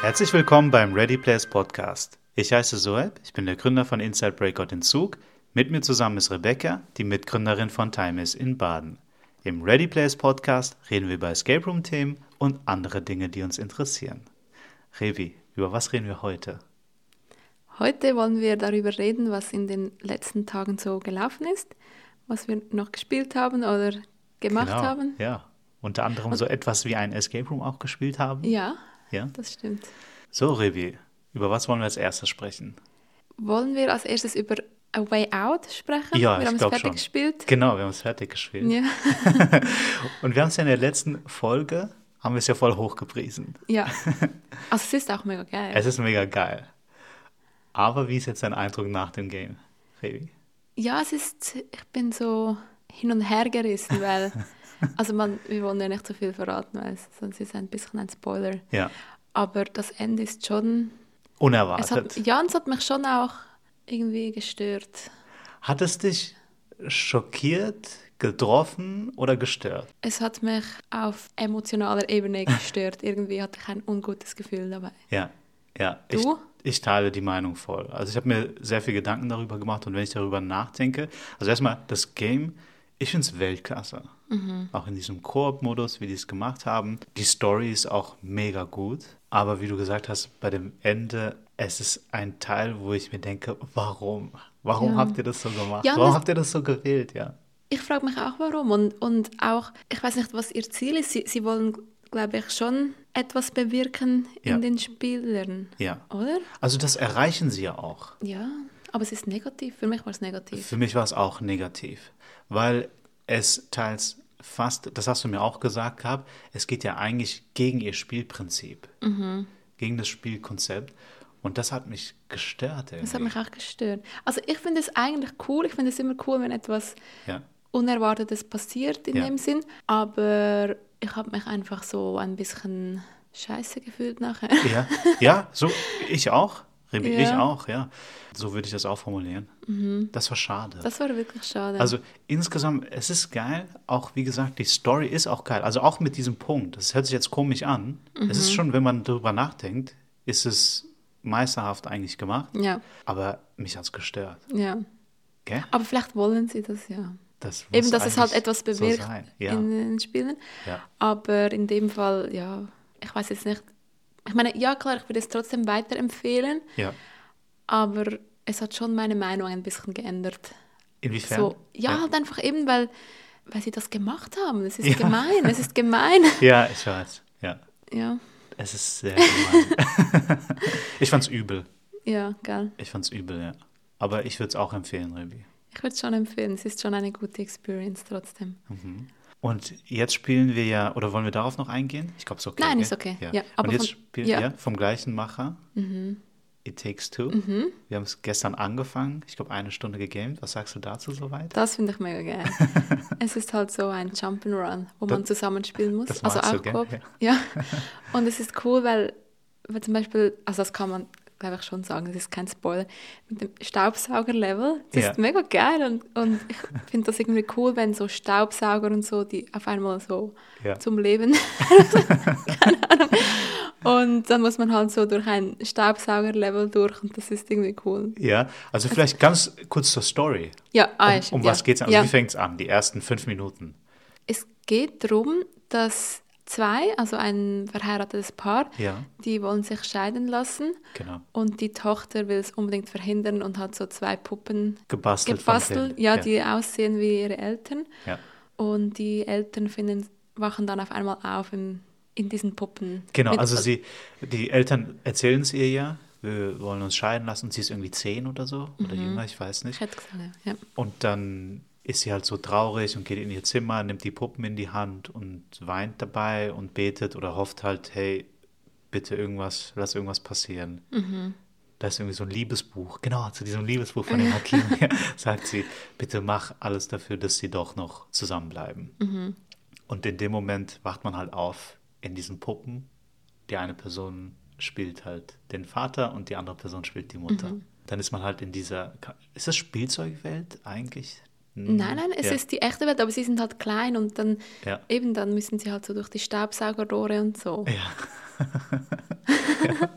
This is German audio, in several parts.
Herzlich willkommen beim Ready Players Podcast. Ich heiße Soeb, ich bin der Gründer von Inside Breakout in Zug. Mit mir zusammen ist Rebecca, die Mitgründerin von Time is in Baden. Im Ready Players Podcast reden wir über Escape Room Themen und andere Dinge, die uns interessieren. Revi, über was reden wir heute? Heute wollen wir darüber reden, was in den letzten Tagen so gelaufen ist, was wir noch gespielt haben oder gemacht Genau, haben. Ja, unter anderem so etwas wie ein Escape Room auch gespielt haben. Ja, Ja. das stimmt. So, Revi, über was wollen wir als erstes sprechen? Wollen wir als erstes über A Way Out sprechen? Ja, wir ich haben es glaube fertig schon. gespielt. Genau, wir haben es fertig gespielt. Ja, Und wir haben es ja in der letzten Folge, haben wir es ja voll hochgepriesen. ja. Also es ist auch mega geil. Es ist mega geil. Aber wie ist jetzt dein Eindruck nach dem Game, Revi? Ja, es ist, ich bin so hin und her gerissen, weil, also man, wir wollen ja nicht so viel verraten, weil es- sonst ist es ein bisschen ein Spoiler. Ja, Aber das Ende ist schon, es hat, unerwartet. ja, und es hat mich schon auch irgendwie gestört. Hat es dich schockiert, getroffen oder gestört? Es hat mich auf emotionaler Ebene gestört. Irgendwie hatte ich ein ungutes Gefühl dabei. Ja, ja. Du? Ich, ich teile die Meinung voll. Also ich habe mir sehr viel Gedanken darüber gemacht und wenn ich darüber nachdenke, also erstmal das Game, ich finde es Weltklasse. Mhm. Auch in diesem Koop-Modus, wie die es gemacht haben. Die Story ist auch mega gut. Aber wie du gesagt hast, bei dem Ende, es ist ein Teil, wo ich mir denke, warum? Warum Ja. habt ihr das so gemacht? Ja, und warum das- habt ihr das so gewählt? Ja. Ich frage mich auch, warum. Und, und auch, ich weiß nicht, was ihr Ziel ist. Sie, sie wollen, glaube ich, schon etwas bewirken Ja. in den Spielern. ja. Oder? Also das erreichen sie ja auch. Ja. Aber es ist negativ. Für mich war es negativ. Für mich war es auch negativ, weil es teils fast, das hast du mir auch gesagt gehabt, es geht ja eigentlich gegen ihr Spielprinzip, Mhm. gegen das Spielkonzept. Und das hat mich gestört. Irgendwie. Das hat mich auch gestört. Also ich finde es eigentlich cool. Ich finde es immer cool, wenn etwas ja. Unerwartetes passiert in Ja. dem Sinn. Aber ich habe mich einfach so ein bisschen scheiße gefühlt nachher. Ja, ja, so ich auch, Remi, Ja. Mhm. ich auch, ja. So würde ich das auch formulieren. Das war schade. Das war wirklich schade. Also insgesamt, es ist geil. Auch wie gesagt, die Story ist auch geil. Also auch mit diesem Punkt. Das hört sich jetzt komisch an. Es Mhm. ist schon, wenn man darüber nachdenkt, ist es meisterhaft eigentlich gemacht. ja, Aber mich hat es gestört. ja. Gell? Aber vielleicht wollen sie das ja. Das muss Eben, dass es halt eigentlich etwas so bewirkt sein. Ja. in den Spielen. Ja. Aber in dem Fall, ja, ich weiß jetzt nicht. Ich meine, ja klar, ich würde es trotzdem weiterempfehlen, ja. aber es hat schon meine Meinung ein bisschen geändert. Inwiefern? So, ja, ja. halt einfach eben, weil, weil sie das gemacht haben. Es ist Ja. gemein, es ist gemein. ja, ich weiß. Ja. ja, Es ist sehr gemein. ich fand's übel. ja, geil. Ich fand's übel, ja. Aber ich würde es auch empfehlen, Rebi. Ich würde es schon empfehlen, es ist schon eine gute Experience trotzdem. Und jetzt spielen wir ja, oder wollen wir darauf noch eingehen? Ich glaube, es ist okay. Nein, gell? ist okay. Ja. Ja, aber Und jetzt von- spielen ja. Mhm. wir vom gleichen Macher. It Takes Two. Wir haben es gestern angefangen. Ich glaube, eine Stunde gegamed. Was sagst du dazu soweit? Das finde ich mega geil. es ist halt so ein Jump'n'Run, wo man zusammenspielen muss. das also magst du, auch gell? Koop. Ja. Und es ist cool, weil, weil zum Beispiel, also das kann man, glaube ich, schon sagen, das ist kein Spoiler, mit dem Staubsauger-Level. Das Ja. ist mega geil und, und ich finde das irgendwie cool, wenn so Staubsauger und so, die auf einmal so Ja. zum Leben. Keine Ahnung. Und dann muss man halt so durch ein Staubsauger-Level durch und das ist irgendwie cool. Ja, also vielleicht ganz kurz zur Story. Ja, ah, Um, um ja, stimmt, ja. was geht's? Also ja. wie fängt's an? Die ersten fünf Minuten. Es geht darum, dass zwei, also ein verheiratetes Paar, Ja. die wollen sich scheiden lassen Genau. und die Tochter will es unbedingt verhindern und hat so zwei Puppen Gebastelt. vom gebastelt, Film. ja, die aussehen wie ihre Eltern. ja. Und die Eltern finden, wachen dann auf einmal auf in, in diesen Puppen. Genau, Mit- also sie, die Eltern erzählen es ihr ja, wir wollen uns scheiden lassen. Sie ist irgendwie zehn oder so Mhm. oder jünger, ich weiß nicht. Ich hätte gesagt, ja. Und dann ist sie halt so traurig und geht in ihr Zimmer, nimmt die Puppen in die Hand und weint dabei und betet oder hofft halt, hey, bitte irgendwas, lass irgendwas passieren. Da ist irgendwie so ein Liebesbuch, genau, zu diesem Liebesbuch von dem Hakim, ja, sagt sie, bitte mach alles dafür, dass sie doch noch zusammenbleiben. Mhm. Und in dem Moment wacht man halt auf in diesen Puppen. Die eine Person spielt halt den Vater und die andere Person spielt die Mutter. Mhm. Dann ist man halt in dieser. Ka- Ist das Spielzeugwelt eigentlich? Hm, Nein, nein, es ja. ist die echte Welt, aber sie sind halt klein und dann Ja. eben dann müssen sie halt so durch die Staubsaugerrohre und so. Ja.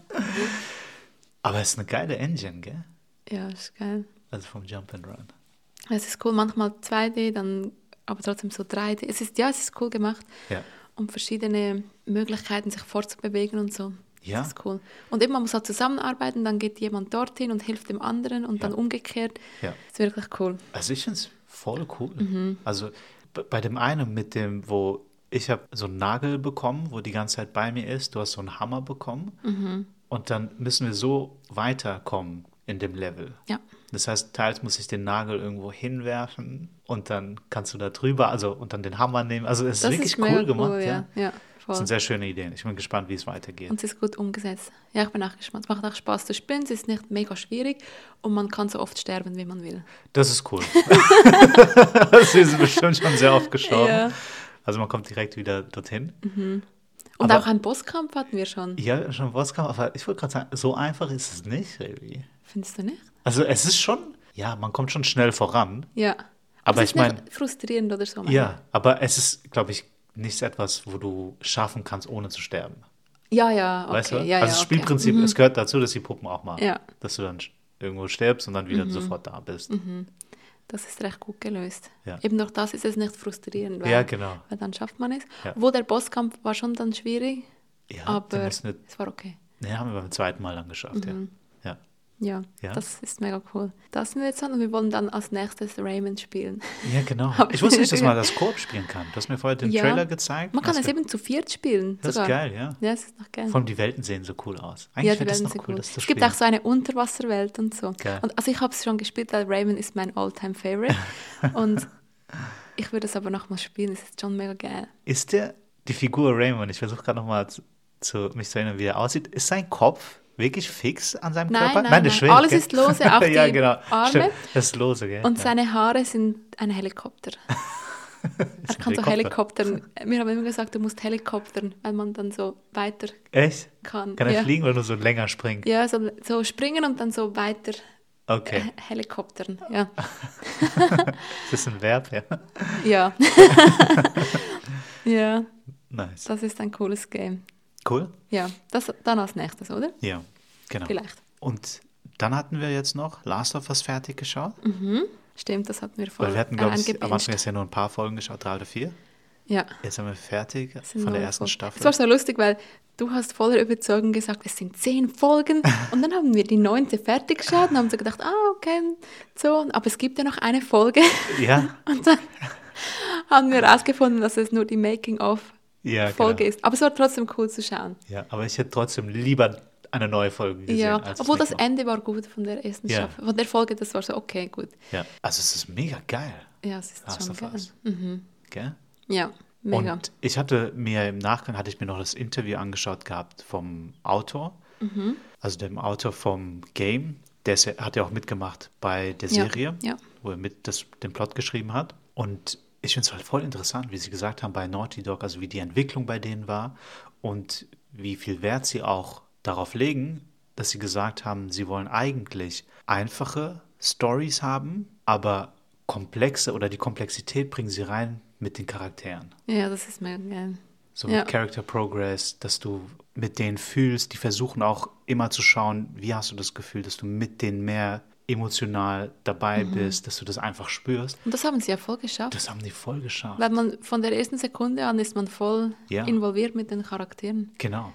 Aber es ist eine geile Engine, gell? Ja, ist geil. Also vom Jump and Run. Es ist cool, manchmal 2D, dann aber trotzdem so 3D. Es ist, ja, es ist cool gemacht. Ja. Und verschiedene Möglichkeiten, sich fortzubewegen und so. Ja. Das ist cool. Und eben, man muss halt zusammenarbeiten, dann geht jemand dorthin und hilft dem anderen und dann Ja. umgekehrt. Ja. Ist wirklich cool. Also ich finde es voll cool. Mhm. Also b- bei dem einen mit dem, wo ich habe so einen Nagel bekommen, wo die ganze Zeit bei mir ist, du hast so einen Hammer bekommen Mhm. und dann müssen wir so weiterkommen in dem Level. Ja. Das heißt, teils muss ich den Nagel irgendwo hinwerfen und dann kannst du da drüber, also und dann den Hammer nehmen. Also es ist Das wirklich ist mega cool gemacht. ja. ja. ja. Das voll. sind sehr schöne Ideen. Ich bin gespannt, wie es weitergeht. Und es ist gut umgesetzt. Ja, ich bin auch gespannt. Es macht auch Spaß zu spielen, es ist nicht mega schwierig und man kann so oft sterben, wie man will. Das ist cool. Sie sind bestimmt schon sehr oft gestorben. Ja. Also man kommt direkt wieder dorthin. Und Aber- auch einen Bosskampf hatten wir schon. Ja, schon was kam, aber ich wollte gerade sagen, so einfach ist es nicht, Revi. Findest du nicht? Also es ist schon, ja, man kommt schon schnell voran. Ja. Also Aber es ich ist nicht frustrierend oder so. meine Ja, aber es ist, glaube ich, nichts etwas, wo du schaffen kannst, ohne zu sterben. ich. Ja, ja, okay. Weißt du? Ja, ja, also das okay. Mhm. Spielprinzip, es gehört dazu, dass die Puppen auch mal, Ja. Mhm. dass du dann sch- irgendwo stirbst und dann wieder sofort da bist. Das ist recht gut gelöst. Ja. Eben durch das ist es nicht frustrierend, weil, Ja, genau. weil dann schafft man es. Ja. Wo der Bosskampf war schon dann schwierig, Ja, aber aber... Eine, es war okay. ne, haben wir beim zweiten Mal dann geschafft, Mhm. ja. ja. Ja, Ja. das ist mega cool. Das sind wir jetzt an und wir wollen dann als nächstes Raymond spielen. Ja, genau. Hab Ich wusste ich nicht, dass mir man das Koop spielen kann. Du hast mir vorher den Ja. Trailer gezeigt. Man kann Das es wär- eben zu viert spielen. Das ist sogar. geil, ja. Ja, es ist noch geil. Vor allem die Welten sehen so cool aus. ja, Eigentlich wäre das die Welten noch sind cool, cool. das zu Es gibt spielen. auch so eine Unterwasserwelt und so. Geil. Und, also ich habe es schon gespielt, weil Raymond ist mein All-Time-Favorite. und ich würde es aber nochmal spielen, es ist schon mega geil. Ist der, die Figur Raymond, ich versuche gerade nochmal zu, zu, mich zu erinnern, wie der aussieht, ist sein Kopf wirklich fix an seinem Nein, Körper? nein, der nein. schwingt, Alles gell? ist lose auf ja, die genau. Arme. Stimmt. Das ist lose, gell? Und ja. seine Haare sind ein Helikopter. Ist Er ein kann so Helikoptern. Wir haben immer gesagt, du musst Helikoptern, weil man dann so weiter Echt? kann. Kann er ja. fliegen oder nur so länger springen? Ja, so, so springen und dann so weiter Okay, äh, Helikoptern. Ja. das ist ein Verb, ja. Ja. ja, Nice. das ist ein cooles Game. Cool? Ja, das dann als nächstes, oder? Ja, genau. Vielleicht. Und dann hatten wir jetzt noch Last of Us fertig geschaut. Mhm. Stimmt, das hatten wir Weil vorher wir hatten, glaube ich, am Anfang angebinged. jetzt ja nur ein paar Folgen geschaut, drei oder vier. Ja. Jetzt sind wir fertig es sind von der neun ersten Folgen. Staffel. Es war so lustig, weil du hast voller Überzeugung gesagt, es sind zehn Folgen und dann haben wir die neunte fertig geschaut und haben so gedacht, ah, okay, so, aber es gibt ja noch eine Folge. Ja, Und dann haben wir herausgefunden, dass es nur die Making-of-Folge ja, genau. ist. Aber es war trotzdem cool zu schauen. ja. Aber ich hätte trotzdem lieber eine neue Folge gesehen. ja, als obwohl das Making-of. Ende war gut von der ersten Ja. Staffel. Von der Folge, das war so, okay, gut. Ja. Also es ist mega geil. Ja, es ist Last schon of geil. Mhm. Us. Gell? Ja, mega. Ah, Und ich hatte mir im Nachgang, hatte ich mir noch das Interview angeschaut gehabt vom Autor, Mhm. also dem Autor vom Game, der ist, ja- hat ja auch mitgemacht bei der Ja, Serie, ja. wo er mit das, den Plot geschrieben hat. Und ich finde es halt voll interessant, wie sie gesagt haben bei Naughty Dog, also wie die Entwicklung bei denen war und wie viel Wert sie auch darauf legen, dass sie gesagt haben, sie wollen eigentlich einfache Stories haben, aber komplexe oder die Komplexität bringen sie rein mit den Charakteren. Ja, das ist mega geil. So Ja. mit Character Progress, dass du mit denen fühlst, die versuchen auch immer zu schauen, wie hast du das Gefühl, dass du mit denen mehr emotional dabei Mhm. bist, dass du das einfach spürst. Und das haben sie ja voll geschafft. Das haben die voll geschafft. Weil man von der ersten Sekunde an ist man voll Ja. involviert mit den Charakteren. Genau.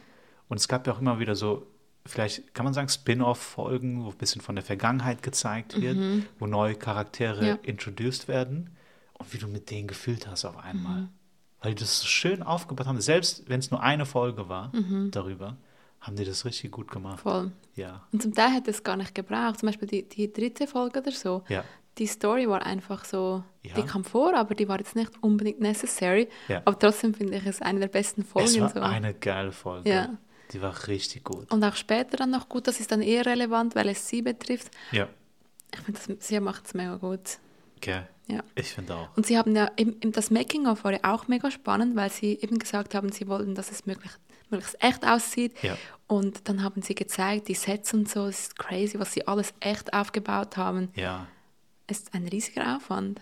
Und es gab ja auch immer wieder so, vielleicht kann man sagen, Spin-off-Folgen, wo ein bisschen von der Vergangenheit gezeigt wird, wo neue Charaktere Mhm. Ja. introduced werden und wie du mit denen gefühlt hast auf Mhm. einmal. Weil die das so schön aufgebaut haben, selbst wenn es nur eine Folge war Mhm. darüber, haben die das richtig gut gemacht. Voll. Ja. Und zum Teil hat es gar nicht gebraucht. Zum Beispiel die, die dritte Folge oder so. Ja. Die Story war einfach so, Ja. die kam vor, aber die war jetzt nicht unbedingt necessary. Ja. Aber trotzdem finde ich es eine der besten Folgen. Es war so. eine geile Folge. Ja. Die war richtig gut. Und auch später dann noch gut, das ist dann eher relevant, weil es sie betrifft. Ja. Ich finde, das- sie macht es mega gut. Okay. Ja. Ich finde auch. Und sie haben ja im, im, das Making-of war ja auch mega spannend, weil sie eben gesagt haben, sie wollten, dass es möglichst, möglichst echt aussieht. Ja. Und dann haben sie gezeigt, die Sets und so, es ist crazy, was sie alles echt aufgebaut haben. Ja. Es ist ein riesiger Aufwand.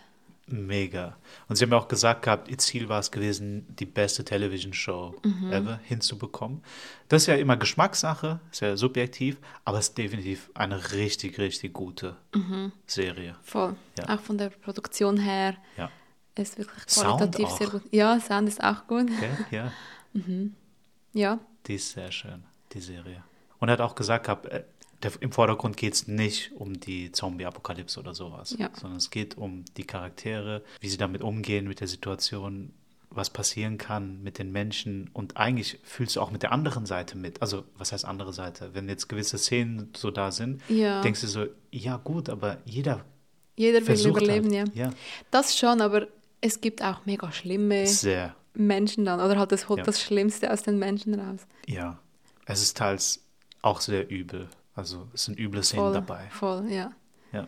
Mega. Und sie haben ja auch gesagt gehabt, ihr Ziel war es gewesen, die beste Television-Show Mhm. ever hinzubekommen. Das ist ja immer Geschmackssache, ist ja subjektiv, aber es ist definitiv eine richtig, richtig gute Mhm. Serie. Voll. Ja. Auch von der Produktion her Ja. ist wirklich Sound qualitativ auch. sehr gut. Ja, Sound ist auch gut. Okay, ja. Ja, Die ist sehr schön, die Serie. Und er hat auch gesagt gehabt, äh, der, im Vordergrund geht es nicht um die Zombie-Apokalypse oder sowas, Ja. sondern es geht um die Charaktere, wie sie damit umgehen, mit der Situation, was passieren kann mit den Menschen. Und eigentlich fühlst du auch mit der anderen Seite mit. Also, was heißt andere Seite? Wenn jetzt gewisse Szenen so da sind, Ja. denkst du so, ja gut, aber jeder jeder will versucht überleben, halt. ja. Das schon, aber es gibt auch mega schlimme Sehr, Menschen dann. Oder halt, es holt Ja. das Schlimmste aus den Menschen raus. ja. Es ist teils auch sehr übel. Also, es sind üble Szenen Voll, dabei. voll, ja. Ja,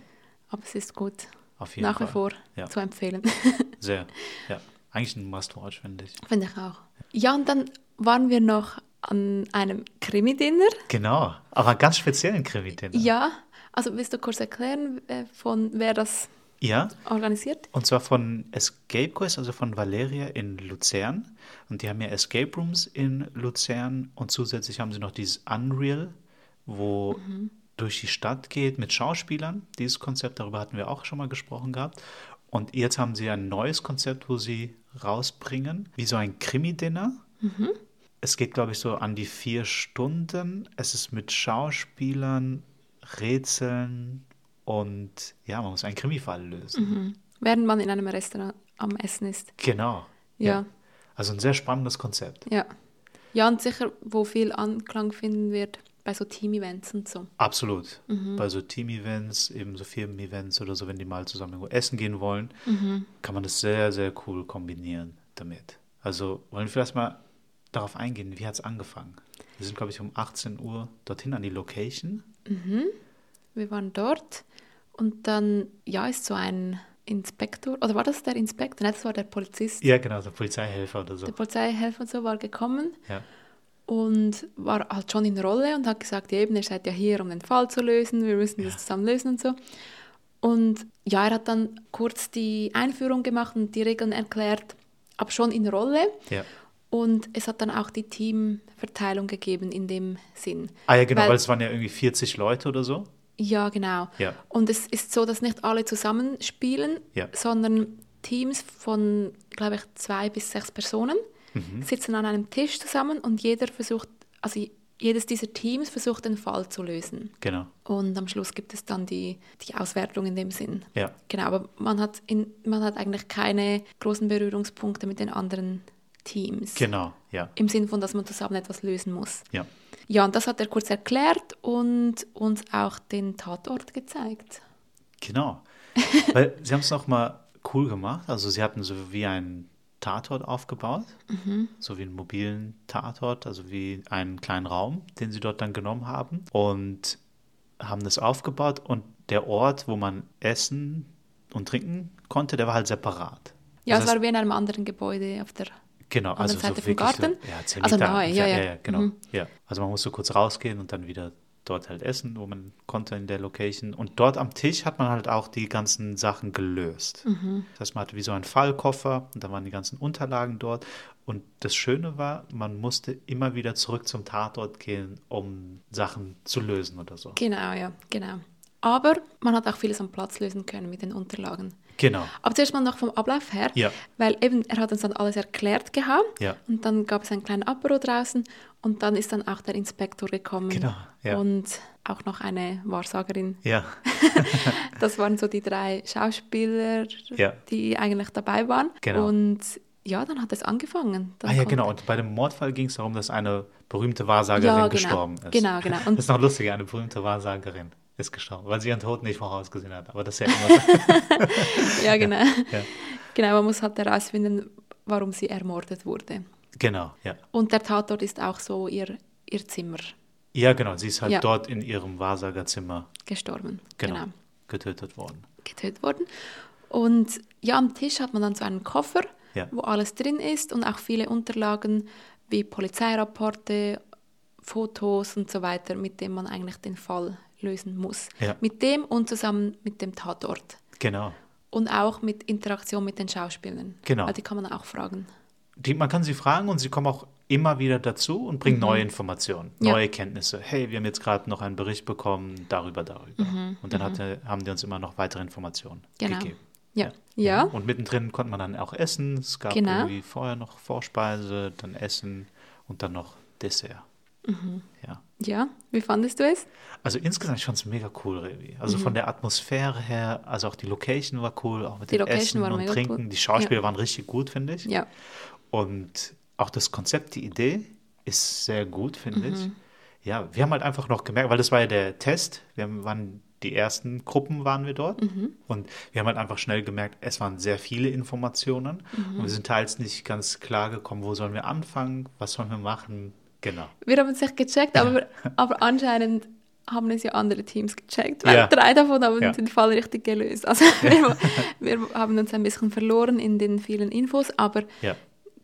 Aber es ist gut. auf jeden Nach wie Fall. vor Ja. zu empfehlen. Sehr, ja. Eigentlich ein Must-Watch, finde ich. Finde ich auch. Ja, und dann waren wir noch an einem Krimi-Dinner. Genau, aber einen ganz speziellen krimi ja. Ja, also willst du kurz erklären, äh, von wer das ja, organisiert? und zwar von Escape Quest, also von Valeria in Luzern. Und die haben ja Escape Rooms in Luzern und zusätzlich haben sie noch dieses Unreal, wo durch die Stadt geht mit Schauspielern. Dieses Konzept, darüber hatten wir auch schon mal gesprochen gehabt. Und jetzt haben sie ein neues Konzept, wo sie rausbringen, wie so ein Krimi-Dinner. Es geht, glaube ich, so an die vier Stunden. Es ist mit Schauspielern, Rätseln und ja, man muss einen Krimifall lösen. Während man in einem Restaurant am Essen ist. Genau. Ja. Also ein sehr spannendes Konzept. Ja. Ja, und sicher, wo viel Anklang finden wird bei so Team-Events und so. Absolut. Mhm. Bei so Team-Events, eben so Firmen-Events oder so, wenn die mal zusammen irgendwo essen gehen wollen, Mhm. kann man das sehr, sehr cool kombinieren damit. Also wollen wir vielleicht mal darauf eingehen, wie hat es angefangen? Wir sind, glaube ich, um 18 Uhr dorthin an die Location. Wir waren dort und dann, ja, ist so ein Inspektor, oder war das der Inspektor? Nein, das war der Polizist. Ja, genau, so Polizeihelfer oder so. Der Polizeihelfer und so war gekommen Ja. und war halt schon in Rolle und hat gesagt, ja, eben, ihr seid ja hier, um den Fall zu lösen, wir müssen das zusammen lösen und so. Und ja, er hat dann kurz die Einführung gemacht und die Regeln erklärt, aber schon in Rolle. ja. Und es hat dann auch die Teamverteilung gegeben in dem Sinn. Ah ja, genau, weil, Weil- es waren ja irgendwie 40 Leute oder so. Ja, genau. Ja. Und es ist so, dass nicht alle zusammenspielen, Ja. sondern Teams von, glaube ich, zwei bis sechs Personen Mhm. sitzen an einem Tisch zusammen und jeder versucht, also jedes dieser Teams versucht, den Fall zu lösen. Genau. Und am Schluss gibt es dann die, die Auswertung in dem Sinn. Ja. Genau, aber man hat, in, man hat eigentlich keine großen Berührungspunkte mit den anderen Teams. Genau, ja. Im Sinn von, dass man zusammen etwas lösen muss. Ja. Ja, und das hat er kurz erklärt und uns auch den Tatort gezeigt. Genau. Weil sie haben es nochmal cool gemacht. Also sie hatten so wie einen Tatort aufgebaut, Mhm. so wie einen mobilen Tatort, also wie einen kleinen Raum, den sie dort dann genommen haben und haben das aufgebaut und der Ort, wo man essen und trinken konnte, der war halt separat. Ja, Das es heißt, war wie in einem anderen Gebäude auf der. Genau, anderen also Seite so vom wirklich Garten. So, ja, 10 Also Meter nahe, ja, Mhm. entfernt. ja. ja, genau. Ja. Also man musste kurz rausgehen und dann wieder dort halt essen, wo man konnte in der Location. Und dort am Tisch hat man halt auch die ganzen Sachen gelöst. Mhm. Das heißt, man hatte wie so einen Fallkoffer und dann waren die ganzen Unterlagen dort. Und das Schöne war, man musste immer wieder zurück zum Tatort gehen, um Sachen zu lösen oder so. Genau, ja, genau. Aber man hat auch vieles am Platz lösen können mit den Unterlagen. Genau. Aber zuerst mal noch vom Ablauf her, Ja. weil eben er hat uns dann alles erklärt gehabt Ja. und dann gab es einen kleinen Apero draußen und dann ist dann auch der Inspektor gekommen Genau, ja. und auch noch eine Wahrsagerin. Ja, Das waren so die drei Schauspieler, Ja. die eigentlich dabei waren. Genau. Und ja, dann hat es angefangen. Dann ah, ja konnte- genau. Und bei dem Mordfall ging es darum, dass eine berühmte Wahrsagerin Ja, genau. gestorben ist. Genau, genau. Und- das ist noch lustig, eine berühmte Wahrsagerin ist gestorben, weil sie ihren Tod nicht vorausgesehen hat. Aber das ist ja immer Ja, genau. ja. Genau, man muss halt herausfinden, warum sie ermordet wurde. Genau, ja. Und der Tatort ist auch so ihr, ihr Zimmer Ja, genau. Sie ist halt Ja. dort in ihrem Wahrsagerzimmer gestorben. genau, getötet worden. Getötet worden. Und ja, am Tisch hat man dann so einen Koffer, Ja. wo alles drin ist und auch viele Unterlagen wie Polizeirapporte, Fotos und so weiter, mit denen man eigentlich den Fall lösen muss. Ja. Mit dem und zusammen mit dem Tatort. Genau. Und auch mit Interaktion mit den Schauspielern. Genau. Weil die kann man auch fragen. Die, man kann sie fragen und sie kommen auch immer wieder dazu und bringen neue Informationen, Mhm. Ja. neue Kenntnisse. Hey, wir haben jetzt gerade noch einen Bericht bekommen, darüber, darüber. Und dann hatte, haben die uns immer noch weitere Informationen Mhm. Genau. gegeben. Ja. Ja. Ja. Und mittendrin konnte man dann auch essen. Es gab Genau. irgendwie vorher noch Vorspeise, dann Essen und dann noch Dessert. Mhm. Ja. Ja. Wie fandest du es? Also insgesamt, ich fand es mega cool, Revi. Also Mhm. von der Atmosphäre her, also auch die Location war cool, auch mit Die dem Location Essen war und mega Trinken. cool. Die Schauspieler waren richtig gut, finde ich. Ja. Und auch das Konzept, die Idee ist sehr gut, finde ich. Ja, wir haben halt einfach noch gemerkt, weil das war ja der Test. Wir haben, waren die ersten Gruppen waren wir dort und wir haben halt einfach schnell gemerkt, es waren sehr viele Informationen und wir sind teils nicht ganz klar gekommen, wo sollen wir anfangen, was sollen wir machen. Genau. Wir haben es nicht gecheckt, aber, aber anscheinend haben es ja andere Teams gecheckt, weil Ja. drei davon haben Ja. den Fall richtig gelöst. Also wir, wir haben uns ein bisschen verloren in den vielen Infos, aber Ja,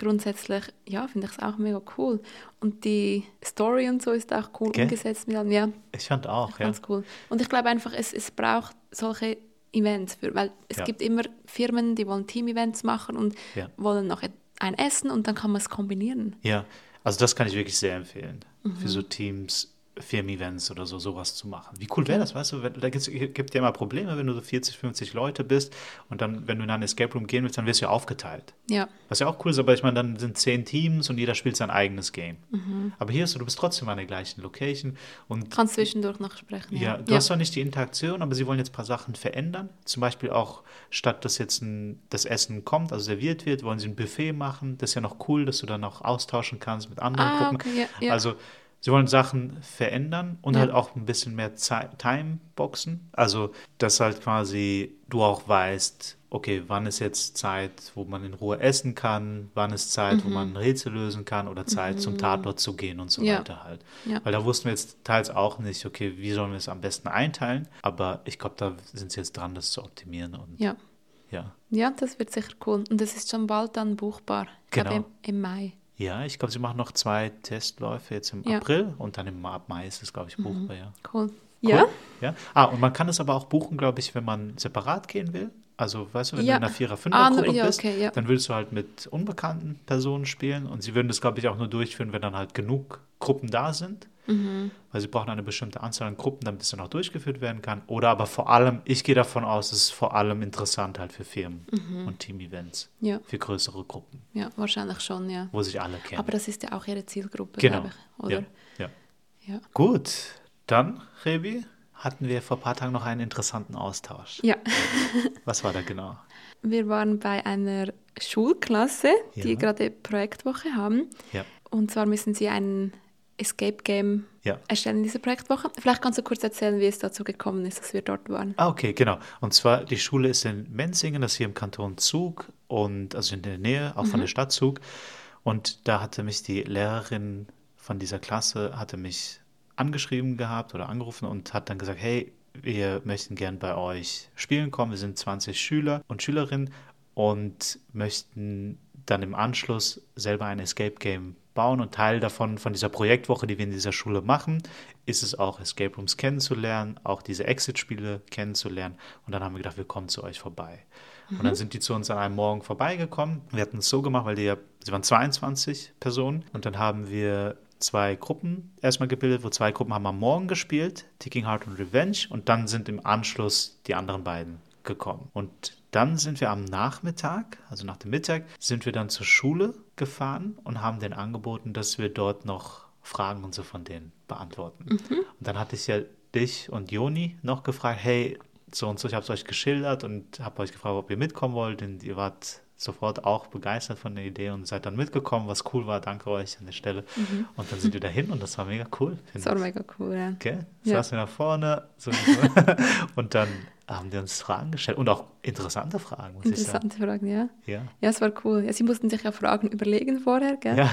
grundsätzlich, ja, finde ich es auch mega cool. Und die Story und so ist auch cool Gell? umgesetzt mit allem, ja, ich fand auch, ja. ganz cool. Und ich glaube einfach, es, es braucht solche Events, für, weil es Ja. gibt immer Firmen, die wollen Team-Events machen und Ja. wollen noch ein Essen und dann kann man es kombinieren. Ja, also das kann ich wirklich sehr empfehlen. Für so Teams, Firmen-Events oder so, sowas zu machen. Wie cool wäre das, weißt du? wenn- Da gibt's- gibt ja immer Probleme, wenn du so 40, 50 Leute bist und dann, wenn du in einen Escape Room gehen willst, dann wirst du ja aufgeteilt. Ja, Was ja auch cool ist, aber ich meine, dann sind zehn Teams und jeder spielt sein eigenes Game. Aber hier ist so, du bist trotzdem an der gleichen Location und kannst zwischendurch noch sprechen. ja, du hast zwar nicht die Interaktion, aber sie wollen jetzt ein paar Sachen verändern. Zum Beispiel auch, statt dass jetzt ein, das Essen kommt, also serviert wird, wollen sie ein Buffet machen. Das ist ja noch cool, dass du dann auch austauschen kannst mit anderen Ah, Gruppen. okay, ja, ja. Also sie wollen Sachen verändern und Ja. halt auch ein bisschen mehr Zei- Timeboxen. Also, dass halt quasi du auch weißt, okay, wann ist jetzt Zeit, wo man in Ruhe essen kann, wann ist Zeit, Mhm. wo man ein Rätsel lösen kann oder Zeit, zum Tatort zu gehen und so Ja. weiter halt. Ja. Weil da wussten wir jetzt teils auch nicht, okay, wie sollen wir es am besten einteilen. Aber ich glaube, da sind sie jetzt dran, das zu optimieren. Und Ja. ja, ja, das wird sicher cool. Und es ist schon bald dann buchbar. Ich glaube Genau. im, im Mai. ja ich glaube, sie machen noch zwei Testläufe jetzt im Ja. April und dann im Ma- ab Mai ist es, glaube ich, buchbar, ja. Cool. Cool. Ja? ja. Ah, und man kann es aber auch buchen, glaube ich, wenn man separat gehen will. Also, weißt du, wenn Ja. du in einer Vierer, Ah, Fünfer nur- Gruppe ja, bist, okay, ja. dann willst du halt mit unbekannten Personen spielen und sie würden das, glaube ich, auch nur durchführen, wenn dann halt genug Gruppen da sind. Mhm. Weil sie brauchen eine bestimmte Anzahl an Gruppen, damit es dann auch durchgeführt werden kann. Oder aber vor allem, ich gehe davon aus, es ist vor allem interessant halt für Firmen und Team-Events, Mhm. Ja, für größere Gruppen, ja, wahrscheinlich schon, ja. wo sich alle kennen. Aber das ist ja auch ihre Zielgruppe, genau. glaube ich, oder? Ja. ja. Ja. Gut, dann, Rebi, hatten wir vor ein paar Tagen noch einen interessanten Austausch. ja. Was war da genau? Wir waren bei einer Schulklasse, Ja. die gerade Projektwoche haben. Ja. Und zwar müssen sie ein Escape Game Ja. erstellen in dieser Projektwoche. Vielleicht kannst du kurz erzählen, wie es dazu gekommen ist, dass wir dort waren. Ah, okay, genau. Und zwar, die Schule ist in Menzingen, das ist hier im Kanton Zug und also in der Nähe, auch Mhm. von der Stadt Zug. Und da hatte mich die Lehrerin von dieser Klasse, hatte mich angeschrieben gehabt oder angerufen und hat dann gesagt, hey, wir möchten gern bei euch spielen kommen. Wir sind 20 Schüler und Schülerinnen und möchten dann im Anschluss selber ein Escape Game bauen und Teil davon, von dieser Projektwoche, die wir in dieser Schule machen, ist es auch Escape Rooms kennenzulernen, auch diese Exit-Spiele kennenzulernen. Und dann haben wir gedacht, wir kommen zu euch vorbei. Und dann sind die zu uns an einem Morgen vorbeigekommen. Wir hatten es so gemacht, weil die ja, sie waren 22 Personen und dann haben wir zwei Gruppen erstmal gebildet, wo zwei Gruppen haben am Morgen gespielt, Ticking Heart und Revenge und dann sind im Anschluss die anderen beiden gekommen. Und dann sind wir am Nachmittag, also nach dem Mittag, sind wir dann zur Schule gefahren und haben denen angeboten, dass wir dort noch Fragen und so von denen beantworten. Und dann hatte ich ja dich und Joni noch gefragt, hey, so und so, ich habe es euch geschildert und habe euch gefragt, ob ihr mitkommen wollt und ihr wart sofort auch begeistert von der Idee und seid dann mitgekommen, was cool war, danke euch an der Stelle. Und dann sind wir dahin und das war mega cool. Das finde war ich. mega cool, ja. Okay, Ja. saßen wir nach vorne so, und dann haben die uns Fragen gestellt und auch interessante Fragen, muss ich sagen. Interessante Fragen, ja. Ja. Ja, es war cool. Ja, sie mussten sich ja Fragen überlegen vorher, gell? Ja,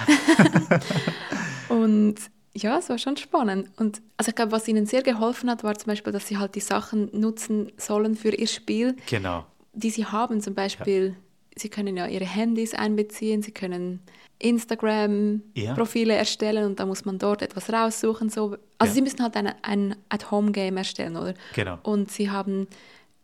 Und ja, es war schon spannend. Und also ich glaube, was ihnen sehr geholfen hat, war zum Beispiel, dass sie halt die Sachen nutzen sollen für ihr Spiel, genau. die sie haben. Zum Beispiel, sie können ja ihre Handys einbeziehen, sie können Ja. Instagram-Profile erstellen und da muss man dort etwas raussuchen. So. Ja. Also sie müssen halt eine, ein At-Home-Game erstellen, oder? Genau. Und sie haben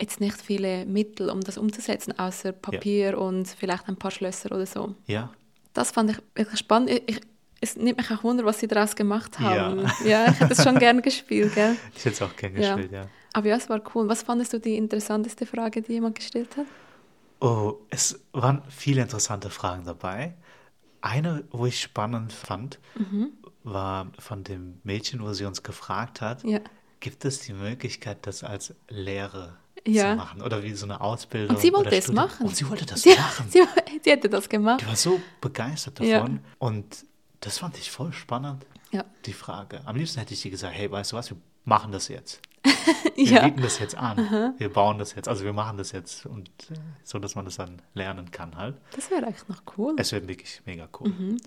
jetzt nicht viele Mittel, um das umzusetzen, außer Papier und vielleicht ein paar Schlösser oder so. Ja, Das fand ich wirklich spannend. Ich, ich, es nimmt mich auch Wunder, was sie daraus gemacht haben. Ja, ich hätte es schon gerne gespielt, gell? ich hätte es auch gern gespielt, ja. Aber ja, es war cool. Was fandest du die interessanteste Frage, die jemand gestellt hat? Oh, es waren viele interessante Fragen dabei. Eine, wo ich spannend fand, Mhm. war von dem Mädchen, wo sie uns gefragt hat, Ja. gibt es die Möglichkeit, das als Lehre Ja. zu machen oder wie so eine Ausbildung? Und sie wollte oder es Studium. machen. Und sie wollte das sie, machen. Sie, sie hätte das gemacht. Die war so begeistert Ja. davon und das fand ich voll spannend, Ja. die Frage. Am liebsten hätte ich dir gesagt, hey, weißt du was, wir machen das jetzt. Wir Ja. bieten das jetzt an. Wir bauen das jetzt. Also wir machen das jetzt und äh, so, dass man das dann lernen kann halt. Das wäre eigentlich noch cool. Es wäre wirklich mega cool. Mhm.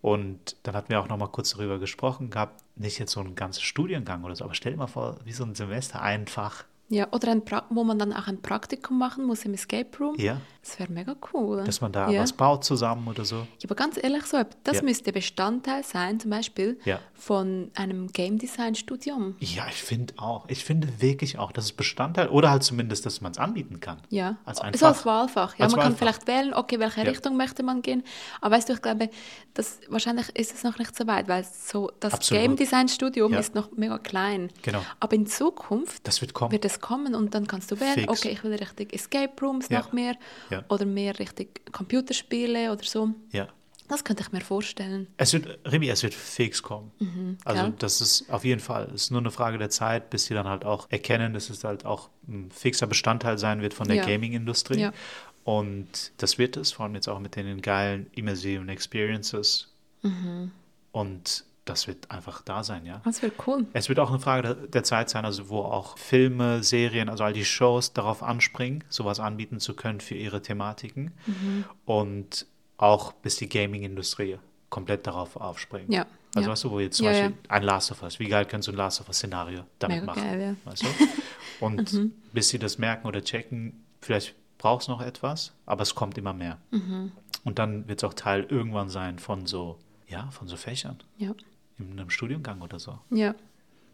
Und dann hatten wir auch noch mal kurz darüber gesprochen gehabt, nicht jetzt so einen ganzen Studiengang oder so, aber stell dir mal vor, wie so ein Semester einfach. Ja, oder ein pra wo man dann auch ein Praktikum machen muss im Escape Room. Ja, Das wäre mega cool. dass man da ja. was baut zusammen oder so. Ja, aber ganz ehrlich, so, das Ja. müsste Bestandteil sein, zum Beispiel Ja. von einem Game Design Studium. Ja, ich finde auch. Ich finde wirklich auch, dass es Bestandteil oder halt zumindest, dass man es anbieten kann. Ja, Als so als einfach. Wahlfach. Ja, Als Wahlfach. man kann vielleicht wählen, okay, welche Ja. Richtung möchte man gehen. Aber weißt du, ich glaube, das, wahrscheinlich ist es noch nicht so weit, weil so das Absolut. Game Design Studium Ja. ist noch mega klein. Genau. Aber in Zukunft Das wird kommen. wird es kommen und dann kannst du wählen, Fix. okay, ich will richtig Escape Rooms Ja. noch mehr Ja. oder mehr richtig Computerspiele oder so. Ja. Das könnte ich mir vorstellen. Es wird, Remy, es wird fix kommen. also ja. das ist auf jeden Fall, es ist nur eine Frage der Zeit, bis sie dann halt auch erkennen, dass es halt auch ein fixer Bestandteil sein wird von der Ja. Gaming-Industrie. Ja. Und das wird es, vor allem jetzt auch mit den geilen immersiven Experiences. Mhm. Und das wird einfach da sein, ja. Das wäre cool. Es wird auch eine Frage der- der Zeit sein, also wo auch Filme, Serien, also all die Shows darauf anspringen, sowas anbieten zu können für ihre Thematiken. Mhm. Und auch bis die Gaming-Industrie komplett darauf aufspringt. Ja, Also ja. weißt du, wo jetzt zum Ja, Beispiel ein Last of Us, wie geil kannst du ein Last of Us-Szenario damit Mega machen? geil, Mhm. Weißt du? Und bis sie das merken oder checken, vielleicht braucht es noch etwas, aber es kommt immer mehr. Mhm. Und dann wird es auch Teil irgendwann sein von so, ja, von so Fächern Ja, in einem Studiengang oder so. ja.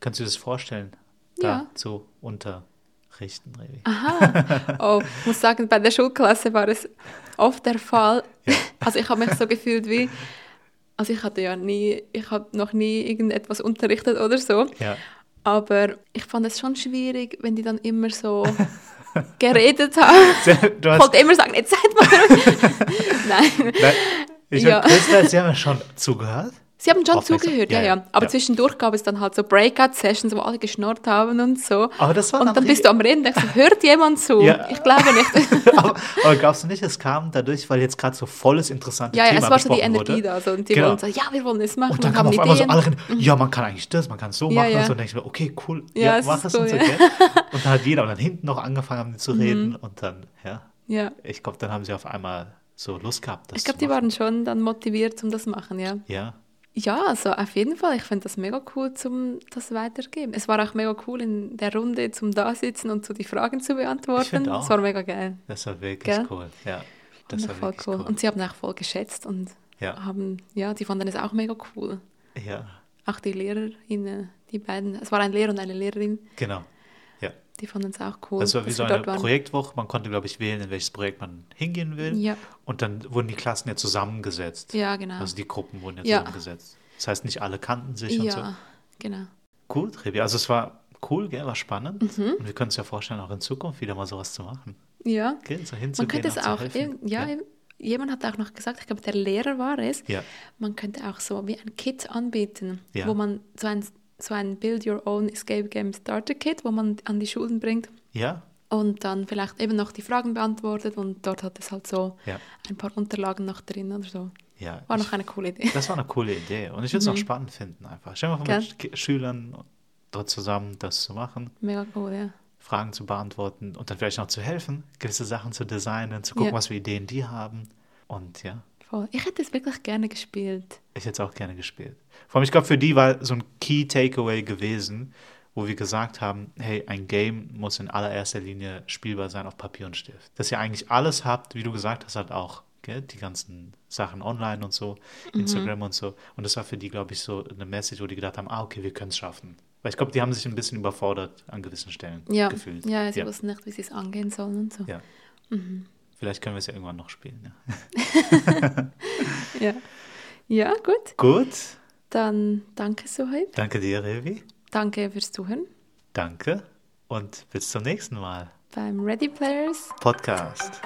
Kannst du dir das vorstellen? Ja. Ah. Da zu unterrichten, Revi. Oh, ich muss sagen, bei der Schulklasse war es oft der Fall. Also ich habe mich so gefühlt wie, also ich hatte ja nie, ich habe noch nie irgendetwas unterrichtet oder so. Ja. Aber ich fand es schon schwierig, wenn die dann immer so geredet haben. Du Ich hast, wollte immer sagen, jetzt seid mal ruhig. Nein. nein, ich Ja. und Christa, Sie haben ja schon zugehört. Sie haben schon Aufmerksam. zugehört, also, Ja, ja, ja. ja. Aber Ja. zwischendurch gab es dann halt so Breakout-Sessions, wo alle geschnurrt haben und so. Aber das war und dann dann die- bist du am Reden und denkst, so, hört jemand zu? Ja. Ich glaube nicht. aber, aber glaubst du nicht, es kam dadurch, weil jetzt gerade so volles, interessantes Ja, ja, Thema es war so die besprochen Energie wurde. da. So, und die Genau. wollen so, ja, wir wollen es machen. Und dann wir kam haben auf einmal so Ideen. Mhm. alle rein, ja, man kann eigentlich das, man kann es so Ja, machen. Und ja. so und dann denke ich mir, okay, cool, Ja, ja, es mach ist das so, und so. ja. Mhm. Gell? Und dann hat jeder und dann hinten noch angefangen haben die zu reden und dann, ja. Ja. Ich glaube, dann haben sie auf einmal so Lust gehabt, das Ich glaube, zu die machen. waren schon dann motiviert, um das zu machen, ja. Ja, Ja, also auf jeden Fall. Ich finde das mega cool, um das weitergeben. Es war auch mega cool in der Runde, zum da sitzen und so die Fragen zu Ich find beantworten. auch. Es war mega geil. das war wirklich Gell? cool. Ja, das war voll wirklich cool. cool. Und sie haben auch voll geschätzt und Ja. haben, ja, die fanden es auch mega cool. Ja, Auch die Lehrerinnen, die beiden. Es war ein Lehrer und eine Lehrerin, genau. Ja. die fanden es auch cool. Das war Also, wie dass so wir eine dort waren. Projektwoche. Man konnte, glaube ich, wählen, in welches Projekt man hingehen will. Ja. Und dann wurden die Klassen ja zusammengesetzt. Ja, genau. Also die Gruppen wurden ja, Ja. zusammengesetzt. Das heißt, nicht alle kannten sich und so. Ja, genau. Gut, Revi. Also es war cool, gell? War spannend. Mhm. Und wir können uns ja vorstellen, auch in Zukunft wieder mal sowas zu machen. Ja. Gell? So hinzugehen, Man könnte es und zu auch, helfen. eben- ja, eben- jemand hat auch noch gesagt, ich glaube, der Lehrer war es, Ja. man könnte auch so wie ein Kit anbieten, Ja. wo man so ein, so ein Build Your Own Escape Game Starter Kit, wo man an die Schulen bringt ja. und dann vielleicht eben noch die Fragen beantwortet und dort hat es halt so Ja. ein paar Unterlagen noch drin oder so. Ja. War ich, noch eine coole Idee. das war eine coole Idee. Und ich würde es auch spannend finden einfach. Stell mal vor, mit Sch- Schülern dort zusammen das zu machen. Mega cool, ja. Fragen zu beantworten und dann vielleicht noch zu helfen, gewisse Sachen zu designen, zu gucken, Ja. was für Ideen die haben. Und ja, Voll. Ich hätte es wirklich gerne gespielt. ich hätte es auch gerne gespielt. Vor allem, ich glaube, für die war so ein Key Takeaway gewesen, wo wir gesagt haben, hey, ein Game muss in allererster Linie spielbar sein auf Papier und Stift. Dass ihr eigentlich alles habt, wie du gesagt hast, halt auch, gell? die ganzen Sachen online und Mhm. so, Instagram und so. Und das war für die, glaube ich, so eine Message, wo die gedacht haben, ah, okay, wir können es schaffen. Weil ich glaube, die haben sich ein bisschen überfordert an gewissen Stellen Ja, gefühlt. ja also sie wussten nicht, wie sie es angehen sollen und so. Ja. Vielleicht können wir es ja irgendwann noch spielen. Ja. Ja, ja gut. Gut, Dann danke, Sohaib. danke dir, Revi. Danke fürs Zuhören Danke und bis zum nächsten Mal. beim Ready Players. Podcast.